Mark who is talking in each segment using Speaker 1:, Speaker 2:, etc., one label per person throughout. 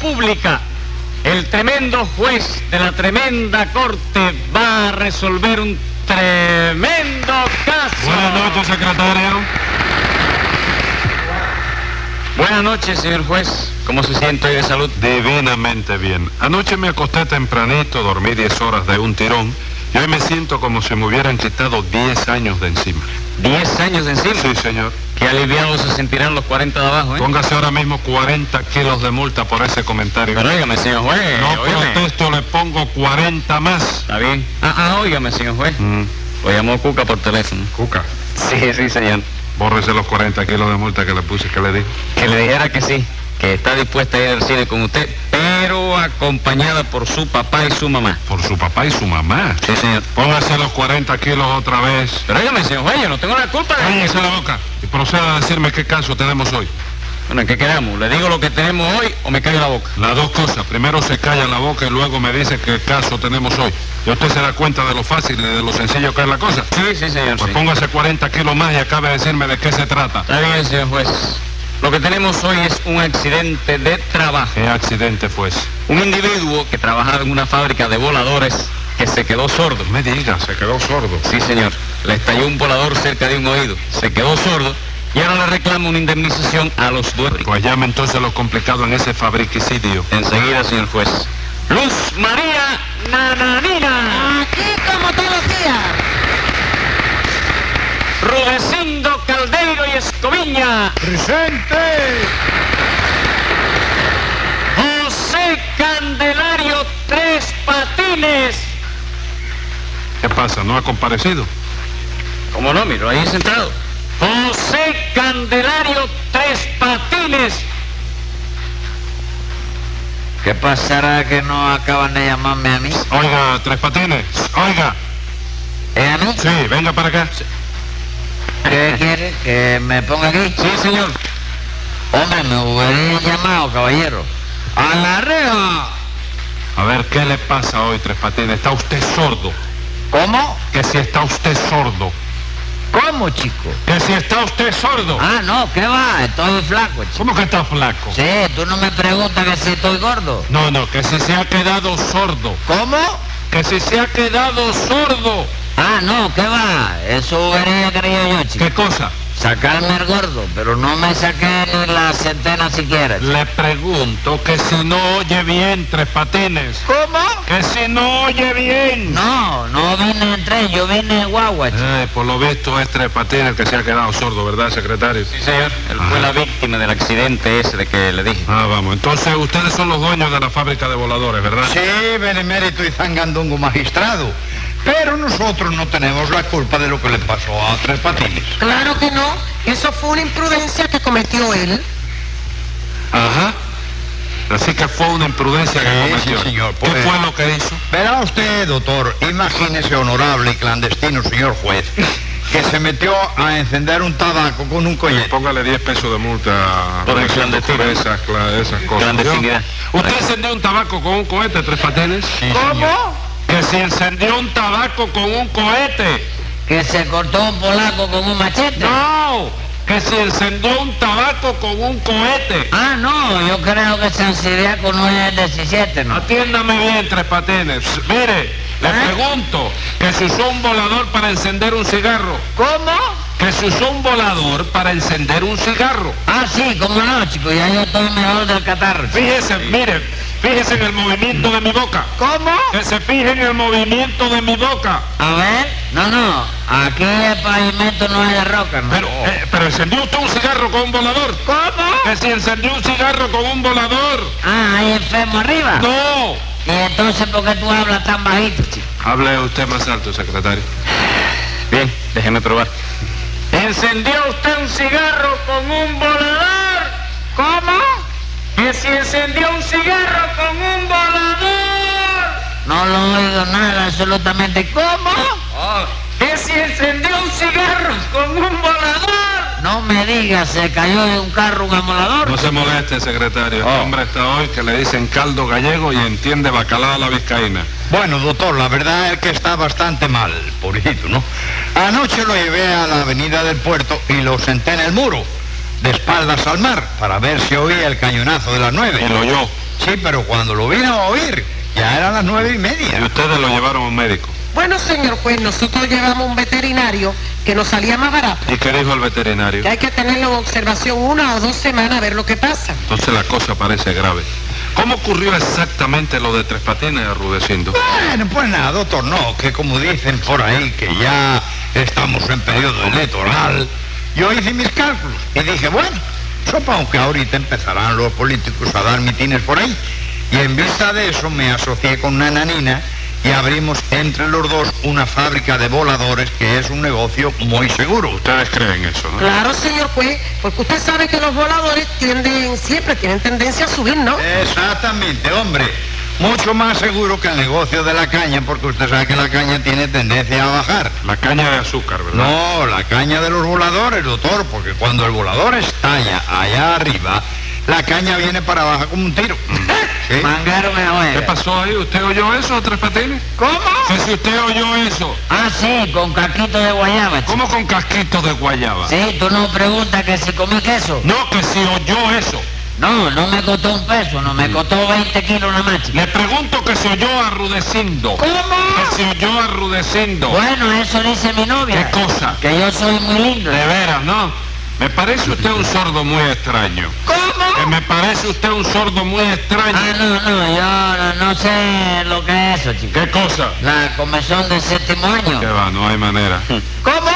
Speaker 1: pública. El tremendo juez de la tremenda corte va a resolver un tremendo caso.
Speaker 2: Buenas noches, secretario.
Speaker 1: Buenas noches, señor juez. ¿Cómo se siente hoy de salud?
Speaker 2: Divinamente bien. Anoche me acosté tempranito, dormí 10 horas de un tirón y hoy me siento como si me hubieran quitado 10 años de encima.
Speaker 1: Diez años de encima.
Speaker 2: Sí, señor.
Speaker 1: Qué aliviados se sentirán los 40 de abajo, ¿eh?
Speaker 2: Póngase ahora mismo 40 kilos de multa por ese comentario.
Speaker 1: Pero óigame, señor juez.
Speaker 2: no
Speaker 1: óigame.
Speaker 2: protesto, le pongo 40 más.
Speaker 1: Está bien. Ah, ah, óigame, señor juez.
Speaker 2: Mm,
Speaker 1: Lo llamó Cuca por teléfono.
Speaker 2: Cuca,
Speaker 1: Sí, sí, señor.
Speaker 2: bórrese los 40 kilos de multa que le puse, que le di.
Speaker 1: Que le dijera que sí, que está dispuesta a ir al cine con usted, pero acompañada por su papá y su mamá.
Speaker 2: Por su papá y su mamá.
Speaker 1: Sí, señor.
Speaker 2: Póngase los 40 kilos otra vez.
Speaker 1: Pero óigame, señor juez, yo no tengo la culpa de...
Speaker 2: Cállese la boca y proceda a decirme qué caso tenemos hoy.
Speaker 1: Bueno, ¿qué queramos? ¿Le digo lo que tenemos hoy o me callo la boca?
Speaker 2: Las dos cosas. Primero se calla la boca y luego me dice qué caso tenemos hoy. Y usted se da cuenta de lo fácil y de lo sencillo que es la cosa.
Speaker 1: Sí, sí, señor,
Speaker 2: Pues
Speaker 1: sí.
Speaker 2: póngase 40 kilos más y acabe de decirme de qué se trata.
Speaker 1: Está bien, señor juez. Lo que tenemos hoy es un accidente de trabajo.
Speaker 2: ¿Qué accidente fue ese?
Speaker 1: Un individuo que trabajaba en una fábrica de voladores que se quedó sordo.
Speaker 2: No Pues me diga, se quedó sordo.
Speaker 1: Sí, señor. Le estalló un volador cerca de un oído. Se quedó sordo y ahora le reclama una indemnización a los dueños.
Speaker 2: Pues llame entonces lo complicado en ese fabricicidio.
Speaker 1: Enseguida, señor juez. Luz María Nananina.
Speaker 3: Aquí como todos los días.
Speaker 1: Rudecindo Caldeiro y Escoviña. Presente. José Candelario Tres Patines.
Speaker 2: ¿Qué pasa? ¿No ha comparecido?
Speaker 1: ¿Cómo no, miro? Ahí sentado. José Candelario Tres Patines.
Speaker 3: ¿Qué pasará que no acaban de llamarme a mí?
Speaker 2: Oiga, Tres Patines. Oiga.
Speaker 3: ¿Eh, a mí?
Speaker 2: Sí, venga para acá.
Speaker 3: ¿Qué quiere? ¿Que me ponga aquí?
Speaker 1: Sí, señor.
Speaker 3: Hombre, me hubiera llamado, caballero. ¡A la reja!
Speaker 2: A ver, ¿qué le pasa hoy, Tres Patines? ¿Está usted sordo?
Speaker 3: ¿Cómo?
Speaker 2: Que si está usted sordo.
Speaker 3: ¿Cómo, chico?
Speaker 2: Que si está usted sordo.
Speaker 3: Ah, no, ¿qué va? Estoy flaco, chico.
Speaker 2: ¿Cómo que está flaco?
Speaker 3: Sí, tú no me preguntas que si estoy gordo.
Speaker 2: No, no, que si se ha quedado sordo.
Speaker 3: ¿Cómo?
Speaker 2: Que si se ha quedado sordo.
Speaker 3: Ah, no, ¿qué va? Eso hubiera creído yo, chico.
Speaker 2: ¿Qué cosa?
Speaker 3: Sacarme el gordo, pero no me saqué ni la centena siquiera. chico.
Speaker 2: Le pregunto que si no oye bien, Tres Patines.
Speaker 3: ¿Cómo?
Speaker 2: Que si no oye bien.
Speaker 3: No, no vine en tren, yo vine en guagua, chico.
Speaker 2: Ay, por lo visto es Tres Patines el que se ha quedado sordo, ¿verdad, secretario?
Speaker 1: Sí, señor. Él fue la víctima del accidente ese de que le dije.
Speaker 2: Ah, vamos. Entonces ustedes son los dueños de la fábrica de voladores, ¿verdad?
Speaker 4: Sí, benemérito y zangandongo magistrado. Pero nosotros no tenemos la culpa de lo que le pasó a Tres Patines.
Speaker 5: Claro que no. Eso fue una imprudencia que cometió él.
Speaker 2: Ajá. Así que fue una imprudencia que
Speaker 4: Sí,
Speaker 2: cometió.
Speaker 4: sí, señor,
Speaker 2: ¿Qué
Speaker 4: pues-
Speaker 2: fue
Speaker 1: eh,
Speaker 2: lo que hizo?
Speaker 4: Verá usted, doctor, imagínese, honorable y clandestino señor juez, que se metió a encender un tabaco con un cohete.
Speaker 2: Póngale 10 pesos de multa
Speaker 1: Por el
Speaker 2: relación con
Speaker 1: clandestino.
Speaker 2: esas, cla- esas cosas.
Speaker 1: Clandestinidad.
Speaker 2: ¿Yo? ¿Usted encendió un tabaco con un cohete, Tres Patines? Que si encendió un tabaco con un cohete.
Speaker 3: Que se cortó un polaco con un machete.
Speaker 2: ¡No! Que si encendió un tabaco con un cohete.
Speaker 3: Ah, no, yo creo que San Siriaco no es el 17, ¿no?
Speaker 2: Atiéndame bien, Tres Patines. Mire, le
Speaker 3: ¿Eh?
Speaker 2: pregunto que si usó un volador para encender un cigarro.
Speaker 3: ¿Cómo?
Speaker 2: Que si usó un volador para encender un cigarro.
Speaker 3: Ah, sí, cómo no, chico, ya yo estoy mejor del catarro. chico.
Speaker 2: Fíjese, mire, fíjese en el movimiento de mi boca.
Speaker 3: ¿Cómo?
Speaker 2: Que se fije en el movimiento de mi boca.
Speaker 3: A ver, no, no, aquí el pavimento no es de roca, ¿no?
Speaker 2: Pero, eh, pero encendió usted un cigarro con un volador.
Speaker 3: ¿Cómo?
Speaker 2: Que si encendió un cigarro con un volador.
Speaker 3: Ah, hay enfermo arriba.
Speaker 2: No.
Speaker 3: ¿Y entonces por qué tú hablas tan bajito, chico?
Speaker 2: Hable usted más alto, secretario.
Speaker 1: Bien, déjeme probar. Encendió usted un cigarro con un volador. ¿Cómo? Que si encendió un cigarro con un volador.
Speaker 3: No lo oigo nada, absolutamente. ¿Cómo?
Speaker 1: Que si encendió un cigarro con un volador.
Speaker 3: No me digas, se cayó de un carro un amolador.
Speaker 2: No se moleste, secretario.
Speaker 1: Oh.
Speaker 2: Este hombre está hoy que le dicen caldo gallego y entiende bacalao a la vizcaína.
Speaker 4: Bueno, doctor, la verdad es que está bastante mal, pobrecito, ¿no? Anoche lo llevé a la avenida del puerto y lo senté en el muro, de espaldas al mar, para ver si oía el cañonazo de las nueve.
Speaker 2: Y lo oyó.
Speaker 4: Sí, pero cuando lo vine a oír, ya eran las nueve y
Speaker 2: Y
Speaker 4: media.
Speaker 2: ustedes lo llevaron a un médico.
Speaker 5: Bueno, señor juez, nosotros llevamos un veterinario que nos salía más barato.
Speaker 2: ¿Y qué dijo el veterinario?
Speaker 5: Que hay que tenerlo en observación una o dos semanas a ver lo que pasa.
Speaker 2: Entonces la cosa parece grave. ¿Cómo ocurrió exactamente lo de Tres Patines, Rudecindo?
Speaker 4: Bueno, pues nada, doctor, no, que como dicen por ahí que ya estamos en periodo electoral, yo hice mis cálculos y dije, bueno, supongo que ahorita empezarán los políticos a dar mitines por ahí. Y en vista de eso me asocié con una nanina y abrimos entre los dos una fábrica de voladores que es un negocio muy seguro.
Speaker 2: Ustedes creen eso, ¿no?
Speaker 5: Claro, señor juez, porque usted sabe que los voladores tienden, siempre tienen tendencia a subir, ¿no?
Speaker 4: Exactamente, hombre. Mucho más seguro que el negocio de la caña, porque usted sabe que la caña tiene tendencia a bajar.
Speaker 2: La caña de azúcar, ¿verdad?
Speaker 4: No, la caña de los voladores, doctor, porque cuando el volador estalla allá arriba, la caña viene para abajo como un tiro. ¿Sí?
Speaker 3: Mangaron me
Speaker 2: ¿Qué
Speaker 3: juega.
Speaker 2: pasó ahí? ¿Usted oyó eso, Tres Patines?
Speaker 4: ¿Cómo?
Speaker 2: Que si usted oyó eso,
Speaker 3: Ah, sí, con caquito de guayaba. chico.
Speaker 2: ¿cómo con casquito de guayaba?
Speaker 3: Sí, tú no preguntas que si comí queso.
Speaker 2: No, que si oyó eso.
Speaker 3: No, no me costó un peso, no
Speaker 2: Mm.
Speaker 3: me costó 20 kilos nada más. chico.
Speaker 2: Le pregunto que si oyó a Rudecindo. Que si oyó a Rudecindo.
Speaker 3: Bueno, eso dice mi novia.
Speaker 2: ¿Qué cosa?
Speaker 3: Que yo soy muy lindo.
Speaker 2: De veras, ¿no? Me parece usted un sordo muy extraño. Que me parece usted un sordo muy
Speaker 3: Ah,
Speaker 2: extraño.
Speaker 3: no, no, yo no, no sé lo que es eso, chico.
Speaker 2: ¿Qué cosa?
Speaker 3: La comezón del séptimo
Speaker 2: Que
Speaker 3: año.
Speaker 2: va, no hay manera.
Speaker 5: ¿Cómo?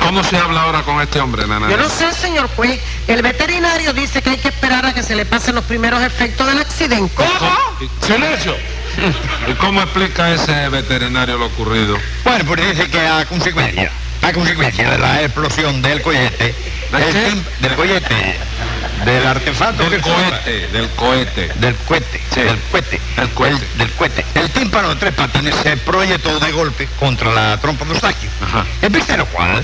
Speaker 2: ¿Cómo se habla ahora con este hombre, nana?
Speaker 5: Yo no sé, señor juez. El veterinario dice que hay que esperar a que se le pasen los primeros efectos del accidente.
Speaker 2: ¡Silencio! ¿Y cómo explica ese veterinario lo ocurrido?
Speaker 4: Bueno, pues dice que a consecuencia, a consecuencia de la explosión del cohete,
Speaker 2: ¿De
Speaker 4: el
Speaker 2: qué?
Speaker 4: tim- del cohete, del artefacto que
Speaker 2: Del
Speaker 4: explota.
Speaker 2: cohete, del cohete.
Speaker 4: Del cohete,
Speaker 2: Sí.
Speaker 4: del cohete,
Speaker 2: Del cohete.
Speaker 4: El, del cohete. El tímpano de tres patines se proyectó de golpe contra la trompa de Eustaquio.
Speaker 2: Ajá.
Speaker 4: En vista de lo cual,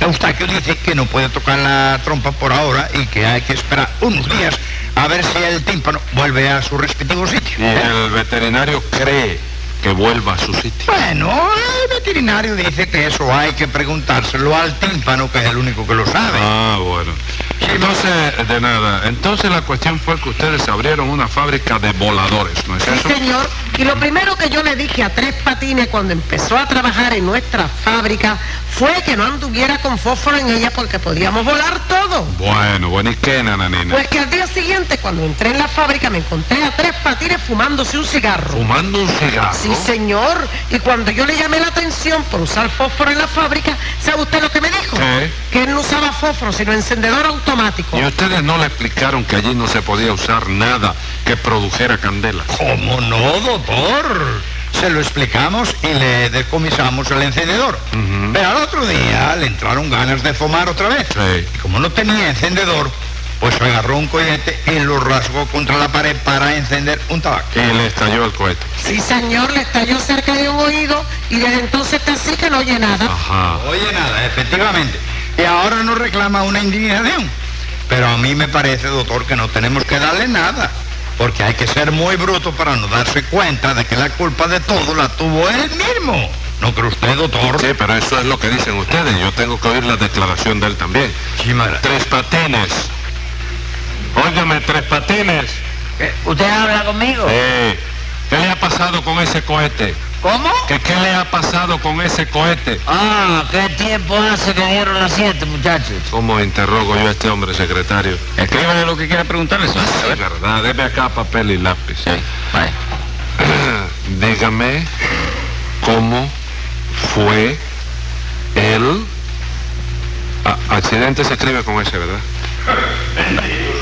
Speaker 4: Eustaquio dice que no puede tocar la trompa por ahora y que hay que esperar unos días a ver si el tímpano vuelve a su respectivo sitio.
Speaker 2: Y el veterinario cree que vuelva a su sitio.
Speaker 4: Bueno, el veterinario dice que eso hay que preguntárselo al tímpano, que es el único que lo sabe.
Speaker 2: Ah, bueno. Entonces, de nada, entonces la cuestión fue que ustedes abrieron una fábrica de voladores, ¿no es
Speaker 5: Sí,
Speaker 2: eso?
Speaker 5: señor. Y lo primero que yo le dije a Tres Patines cuando empezó a trabajar en nuestra fábrica fue que no anduviera con fósforo en ella porque podíamos volar todo.
Speaker 2: Bueno, bueno, ¿y qué, nananina?
Speaker 5: Pues que al día siguiente, cuando entré en la fábrica, me encontré a Tres Patines fumándose un cigarro.
Speaker 2: ¿Fumando un cigarro?
Speaker 5: Sí, señor. Y cuando yo le llamé la atención por usar fósforo en la fábrica, ¿sabe usted lo que me dijo?
Speaker 2: ¿Qué?
Speaker 5: Que él no usaba fósforo, sino encendedor automático.
Speaker 2: Y ustedes no le explicaron que allí no se podía usar nada que produjera candela.
Speaker 4: ¿Cómo no, doctor? Se lo explicamos y le decomisamos el encendedor.
Speaker 2: Ujú.
Speaker 4: Pero al otro día le entraron ganas de fumar otra vez.
Speaker 2: Sí.
Speaker 4: Y como no tenía encendedor, pues agarró un cohete y lo rasgó contra la pared para encender un tabaco.
Speaker 2: Y le estalló el cohete.
Speaker 5: Sí, señor, le estalló cerca de un oído y desde entonces está así que no oye nada.
Speaker 2: Ajá.
Speaker 4: Oye, nada, efectivamente. Y ahora nos reclama una indignación. Pero a mí me parece, doctor, que no tenemos que darle nada. Porque hay que ser muy bruto para no darse cuenta de que la culpa de todo la tuvo él mismo. ¿No cree usted, doctor?
Speaker 2: Sí, pero eso es lo que dicen ustedes. Yo tengo que oír la declaración de él también.
Speaker 4: Chimara.
Speaker 2: Tres patines. Óigame, tres patines.
Speaker 3: ¿Qué? ¿Usted habla conmigo?
Speaker 2: Eh, ¿Qué le ha pasado con ese cohete?
Speaker 3: ¿Cómo?
Speaker 2: ¿Qué, ¿Qué le ha pasado con ese cohete?
Speaker 3: Ah, ¿qué tiempo hace que dieron las siete, muchachos?
Speaker 2: ¿Cómo interrogo yo a este hombre, secretario?
Speaker 3: Escríbale lo que quiera preguntarle, señor.
Speaker 2: Es verdad, deme acá papel y lápiz.
Speaker 3: Ah, Sí, vale.
Speaker 2: Dígame cómo fue el Ah, accidente se escribe con ese, ¿verdad?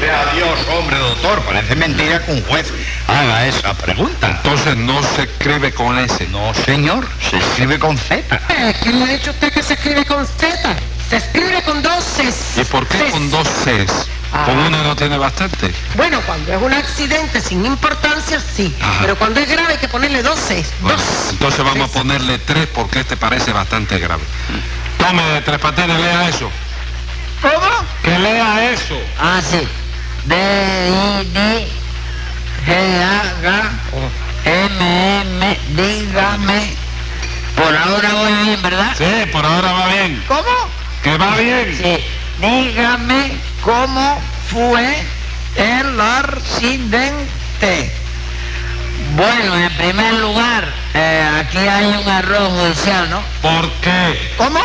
Speaker 4: Sea Dios, hombre, doctor. Parece mentira que un juez haga esa pregunta.
Speaker 2: Entonces no se escribe con ese.
Speaker 4: No, señor. Se escribe con Z.
Speaker 5: Eh, ¿Quién le ha dicho a usted que se escribe con Z? Se escribe con dos Cs.
Speaker 2: ¿Y por qué
Speaker 5: Cs.
Speaker 2: con dos Cs? Con
Speaker 5: Ah.
Speaker 2: una no tiene bastante.
Speaker 5: Bueno, cuando es un accidente sin importancia, sí.
Speaker 2: Ajá.
Speaker 5: Pero cuando es grave hay que ponerle dos Cs.
Speaker 2: Bueno,
Speaker 5: Dos.
Speaker 2: entonces vamos a ponerle tres porque este parece bastante grave. Tome de tres patines, lea eso.
Speaker 5: ¿Cómo?
Speaker 2: Que lea eso.
Speaker 3: Ah, sí. D, I, D, G, A, H, M, M, dígame. Por ahora voy bien, ¿verdad?
Speaker 2: Sí, por ahora va bien.
Speaker 3: ¿Cómo?
Speaker 2: Que va bien.
Speaker 3: Sí. Dígame cómo fue el accidente. Bueno, en primer lugar, eh, aquí hay un error judicial, ¿no?
Speaker 2: ¿Por qué?
Speaker 3: ¿Cómo?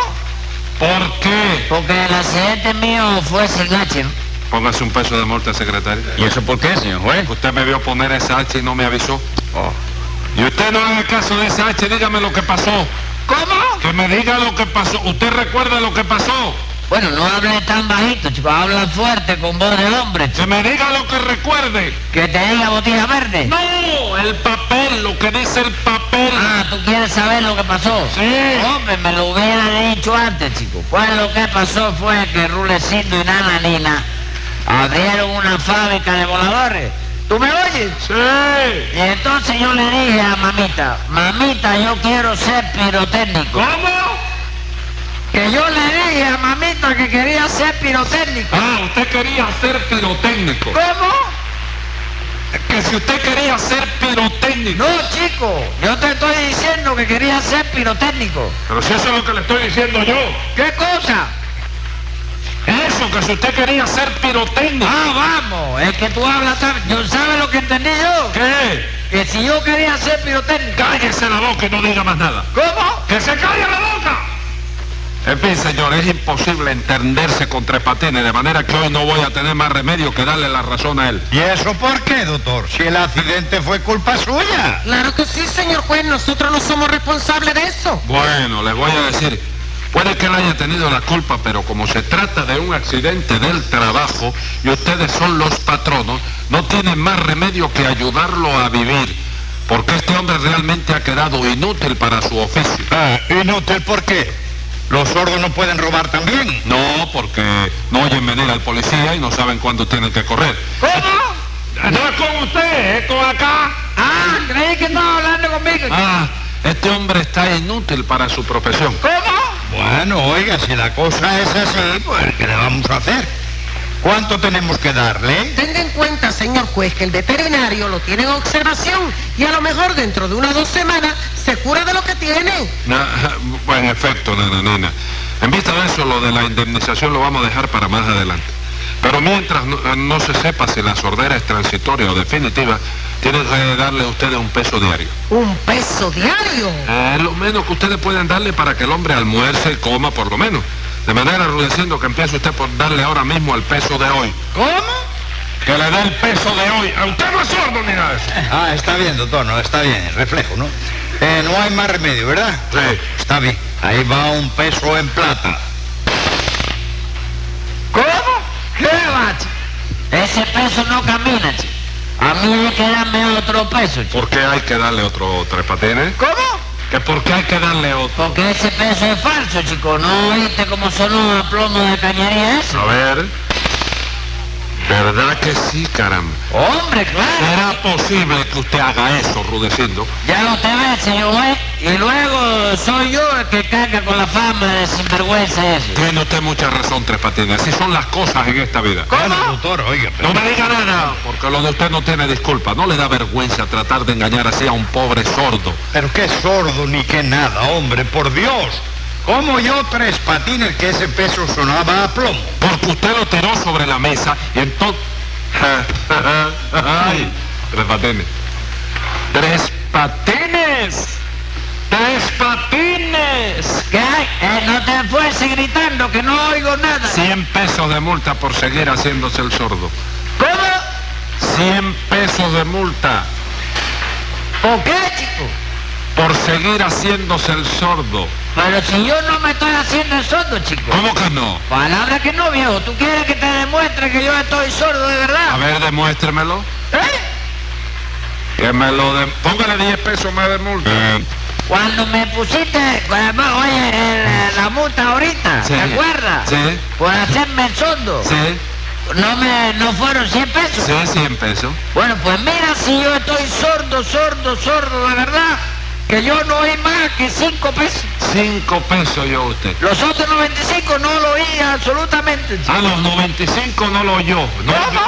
Speaker 2: ¿Por qué?
Speaker 3: Porque el accidente mío fue sin H, ¿no?
Speaker 2: Póngase un peso de multa, secretario.
Speaker 6: ¿Y eso por qué, señor juez?
Speaker 2: Usted me vio poner esa H y no me avisó.
Speaker 6: Oh.
Speaker 2: Y usted no haga caso de esa H, dígame lo que pasó.
Speaker 3: ¿Cómo?
Speaker 2: Que me diga lo que pasó. ¿Usted recuerda lo que pasó?
Speaker 3: Bueno, no hable tan bajito, chico, habla fuerte con voz de hombre, chico.
Speaker 2: Que me diga lo que recuerde.
Speaker 3: Que te diga botija verde.
Speaker 2: No, el papel, lo que dice el papel.
Speaker 3: Ah, tú quieres saber lo que pasó.
Speaker 2: Sí.
Speaker 3: Hombre, me lo hubiera dicho antes, chico. Pues lo que pasó fue que Rulecindo y Nana Nina abrieron una fábrica de voladores. ¿Tú me oyes?
Speaker 2: Sí.
Speaker 3: Y entonces yo le dije a mamita, mamita, yo quiero ser pirotécnico.
Speaker 2: ¿Cómo?
Speaker 3: Que yo le dije a mamita que quería ser pirotécnico.
Speaker 2: Ah, usted quería ser pirotécnico.
Speaker 3: ¿Cómo?
Speaker 2: Que si usted quería ser pirotécnico.
Speaker 3: No, chico, yo te estoy diciendo que quería ser pirotécnico.
Speaker 2: Pero si eso es lo que le estoy diciendo yo.
Speaker 3: ¿Qué cosa?
Speaker 2: Eso, que si usted quería ser pirotécnico.
Speaker 3: Ah, vamos, es que tú hablas tan... Yo, ¿Sabes lo que entendí yo?
Speaker 2: ¿Qué?
Speaker 3: Que si yo quería ser pirotécnico...
Speaker 2: Cállese la boca y no diga más nada.
Speaker 3: ¿Cómo?
Speaker 2: ¡Que se calle la boca! En fin, señores, es imposible entenderse con tres patines, de manera que hoy no voy a tener más remedio que darle la razón a él.
Speaker 4: ¿Y eso por qué, doctor? Si el accidente fue culpa suya.
Speaker 5: Claro que sí, señor juez, nosotros no somos responsables de eso.
Speaker 2: Bueno, les voy a decir, puede que él haya tenido la culpa, pero como se trata de un accidente del trabajo y ustedes son los patronos, no tienen más remedio que ayudarlo a vivir, porque este hombre realmente ha quedado inútil para su oficio.
Speaker 4: Ah, inútil, ¿por qué? Los sordos no pueden robar también.
Speaker 2: No, porque no oyen venir al policía y no saben cuándo tienen que correr.
Speaker 3: ¿Cómo?
Speaker 2: No es con usted, es con acá.
Speaker 3: Ah, creí que estaba hablando conmigo.
Speaker 2: Ah, este hombre está inútil para su profesión.
Speaker 3: ¿Cómo?
Speaker 4: Bueno, oiga, si la cosa es así, pues ¿qué le vamos a hacer? ¿Cuánto tenemos que darle?
Speaker 5: Tenga en cuenta, señor juez, que el veterinario lo tiene en observación y a lo mejor dentro de unas dos semanas se cura de lo que tiene.
Speaker 2: Na- en efecto, nena, nena. En vista de eso, lo de la indemnización lo vamos a dejar para más adelante. Pero mientras no, eh, no se sepa si la sordera es transitoria o definitiva, tienen que darle a ustedes un peso diario.
Speaker 5: Un peso diario.
Speaker 2: Eh, lo menos que ustedes pueden darle para que el hombre almuerce y coma, por lo menos. De manera, Rudecindo, que empiece usted por darle ahora mismo el peso de hoy.
Speaker 4: ¿Cómo?
Speaker 2: Que le dé el peso de hoy. A usted no es sordo ni nada de eso.
Speaker 4: Ah, está bien, doctor, no, está bien, reflejo, ¿no? Eh, no hay más remedio, ¿verdad?
Speaker 2: Sí.
Speaker 4: Está bien. Ahí va un peso en plata.
Speaker 3: ¿Cómo? ¿Qué va, chico? Ese peso no camina, chico. A mí hay que darme otro peso, chico.
Speaker 2: ¿Por qué hay que darle otro tres patines?
Speaker 3: ¿Cómo?
Speaker 2: ¿Que ¿Por qué hay que darle otro?
Speaker 3: Porque ese peso es falso, chico. ¿No oíste cómo sonó a plomo de cañería eso?
Speaker 2: A ver. ¿Verdad que sí, caramba?
Speaker 3: Hombre, claro.
Speaker 2: ¿Será posible que usted haga eso, Rudecindo?
Speaker 3: Ya usted ve, señor juez. Y luego soy yo el que carga con la fama de sinvergüenza ese.
Speaker 2: Tiene usted mucha razón, Tres Patines. Así son las cosas en esta vida.
Speaker 4: Bueno, doctor, oiga, pero...
Speaker 2: No me diga nada, porque lo de usted no tiene disculpa. ¿No le da vergüenza tratar de engañar así a un pobre sordo?
Speaker 4: Pero qué sordo ni qué nada, hombre, por Dios. ¿Cómo yo tres patines que ese peso sonaba a plomo?
Speaker 2: Porque usted lo tiró sobre la mesa y entonces... ¡Ay! Tres patines. ¡Tres patines! ¡Tres patines!
Speaker 3: ¿Qué hay? Eh, no te fuese gritando que no oigo nada.
Speaker 2: 100 pesos de multa por seguir haciéndose el sordo.
Speaker 3: ¿Cómo?
Speaker 2: 100 pesos de multa
Speaker 3: ¿Por qué, chico?
Speaker 2: por seguir haciéndose el sordo.
Speaker 3: Pero si yo no me estoy haciendo el sordo, chico.
Speaker 2: ¿Cómo que no?
Speaker 3: Palabra que no, viejo. ¿Tú quieres que te demuestre que yo estoy sordo de
Speaker 2: A
Speaker 3: verdad?
Speaker 2: ver, demuéstremelo.
Speaker 3: ¿Eh?
Speaker 2: Que me lo den. Póngale 10 pesos más de multa.
Speaker 3: Eh. Cuando me pusiste, además, oye, el- eh, la multa ahorita,
Speaker 2: Sí.
Speaker 3: ¿te acuerdas?
Speaker 2: Sí,
Speaker 3: Por hacerme el sordo.
Speaker 2: sí,
Speaker 3: No me, no fueron 100 pesos.
Speaker 2: sí, 100 pesos.
Speaker 3: Bueno, pues mira si yo estoy sordo, sordo, sordo de verdad, que yo no oí más que 5 pesos.
Speaker 2: 5 pesos yo a usted.
Speaker 3: Los otros 95 no lo oí absolutamente. chico.
Speaker 2: A Ah, los 95 no lo oyó. No,
Speaker 3: ¿Cómo?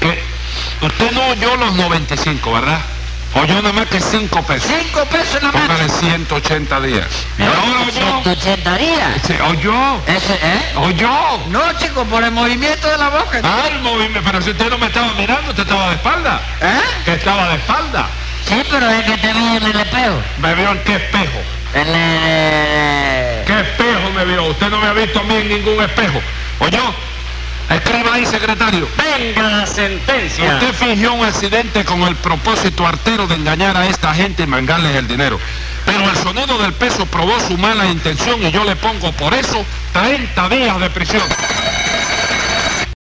Speaker 2: que- usted no oyó los 95, ¿verdad? O yo nada más que cinco pesos.
Speaker 3: Cinco pesos nada más. Eh.
Speaker 2: Póngale 180 días.
Speaker 3: Pero
Speaker 2: No, o yo.
Speaker 3: 180 días.
Speaker 2: Sí, O yo.
Speaker 3: Eso, ¿eh?
Speaker 2: O yo.
Speaker 3: No, chico, por el movimiento de la boca.
Speaker 2: Ah, el movimiento. Pero si usted no me estaba mirando, usted estaba de espalda.
Speaker 3: ¿Eh?
Speaker 2: Que estaba de espalda.
Speaker 3: Sí, pero es que te vi en el espejo.
Speaker 2: Me vio en qué espejo.
Speaker 3: En eh, el...
Speaker 2: ¿Qué espejo me vio? Usted no me ha visto a mí en ningún espejo. ¿O yo? Escriba ahí, secretario.
Speaker 3: eh,
Speaker 1: Venga la sentencia.
Speaker 2: Usted fingió un accidente con el propósito artero de engañar a esta gente y mangarles el dinero. Pero el sonido del peso probó su mala intención y yo le pongo por eso 30 días de prisión.